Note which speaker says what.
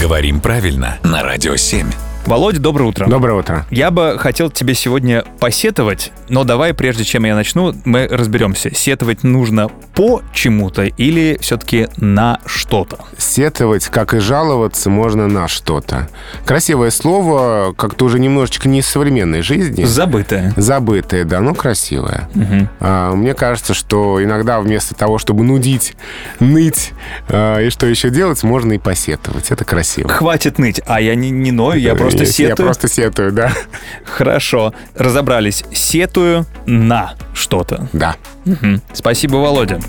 Speaker 1: Говорим правильно на Радио 7.
Speaker 2: Володя, доброе утро.
Speaker 3: Доброе утро.
Speaker 2: Я бы хотел тебе сегодня посетовать, но давай, прежде чем я начну, мы разберемся, сетовать нужно по чему-то или все-таки на что-то.
Speaker 3: Сетовать, как и жаловаться, можно на что-то. Красивое слово, как-то уже немножечко не из современной жизни.
Speaker 2: Забытое.
Speaker 3: Забытое, да, но красивое. А, мне кажется, что иногда вместо того, чтобы нудить, ныть а, и что еще делать, можно и посетовать. Это красиво. Э,
Speaker 2: Хватит ныть, а я не, не ною, я просто
Speaker 3: Если
Speaker 2: сетую.
Speaker 3: Я просто сетую, да.
Speaker 2: Хорошо, разобрались. Сетую на что-то.
Speaker 3: Да.
Speaker 2: Мгм. Спасибо, Володя.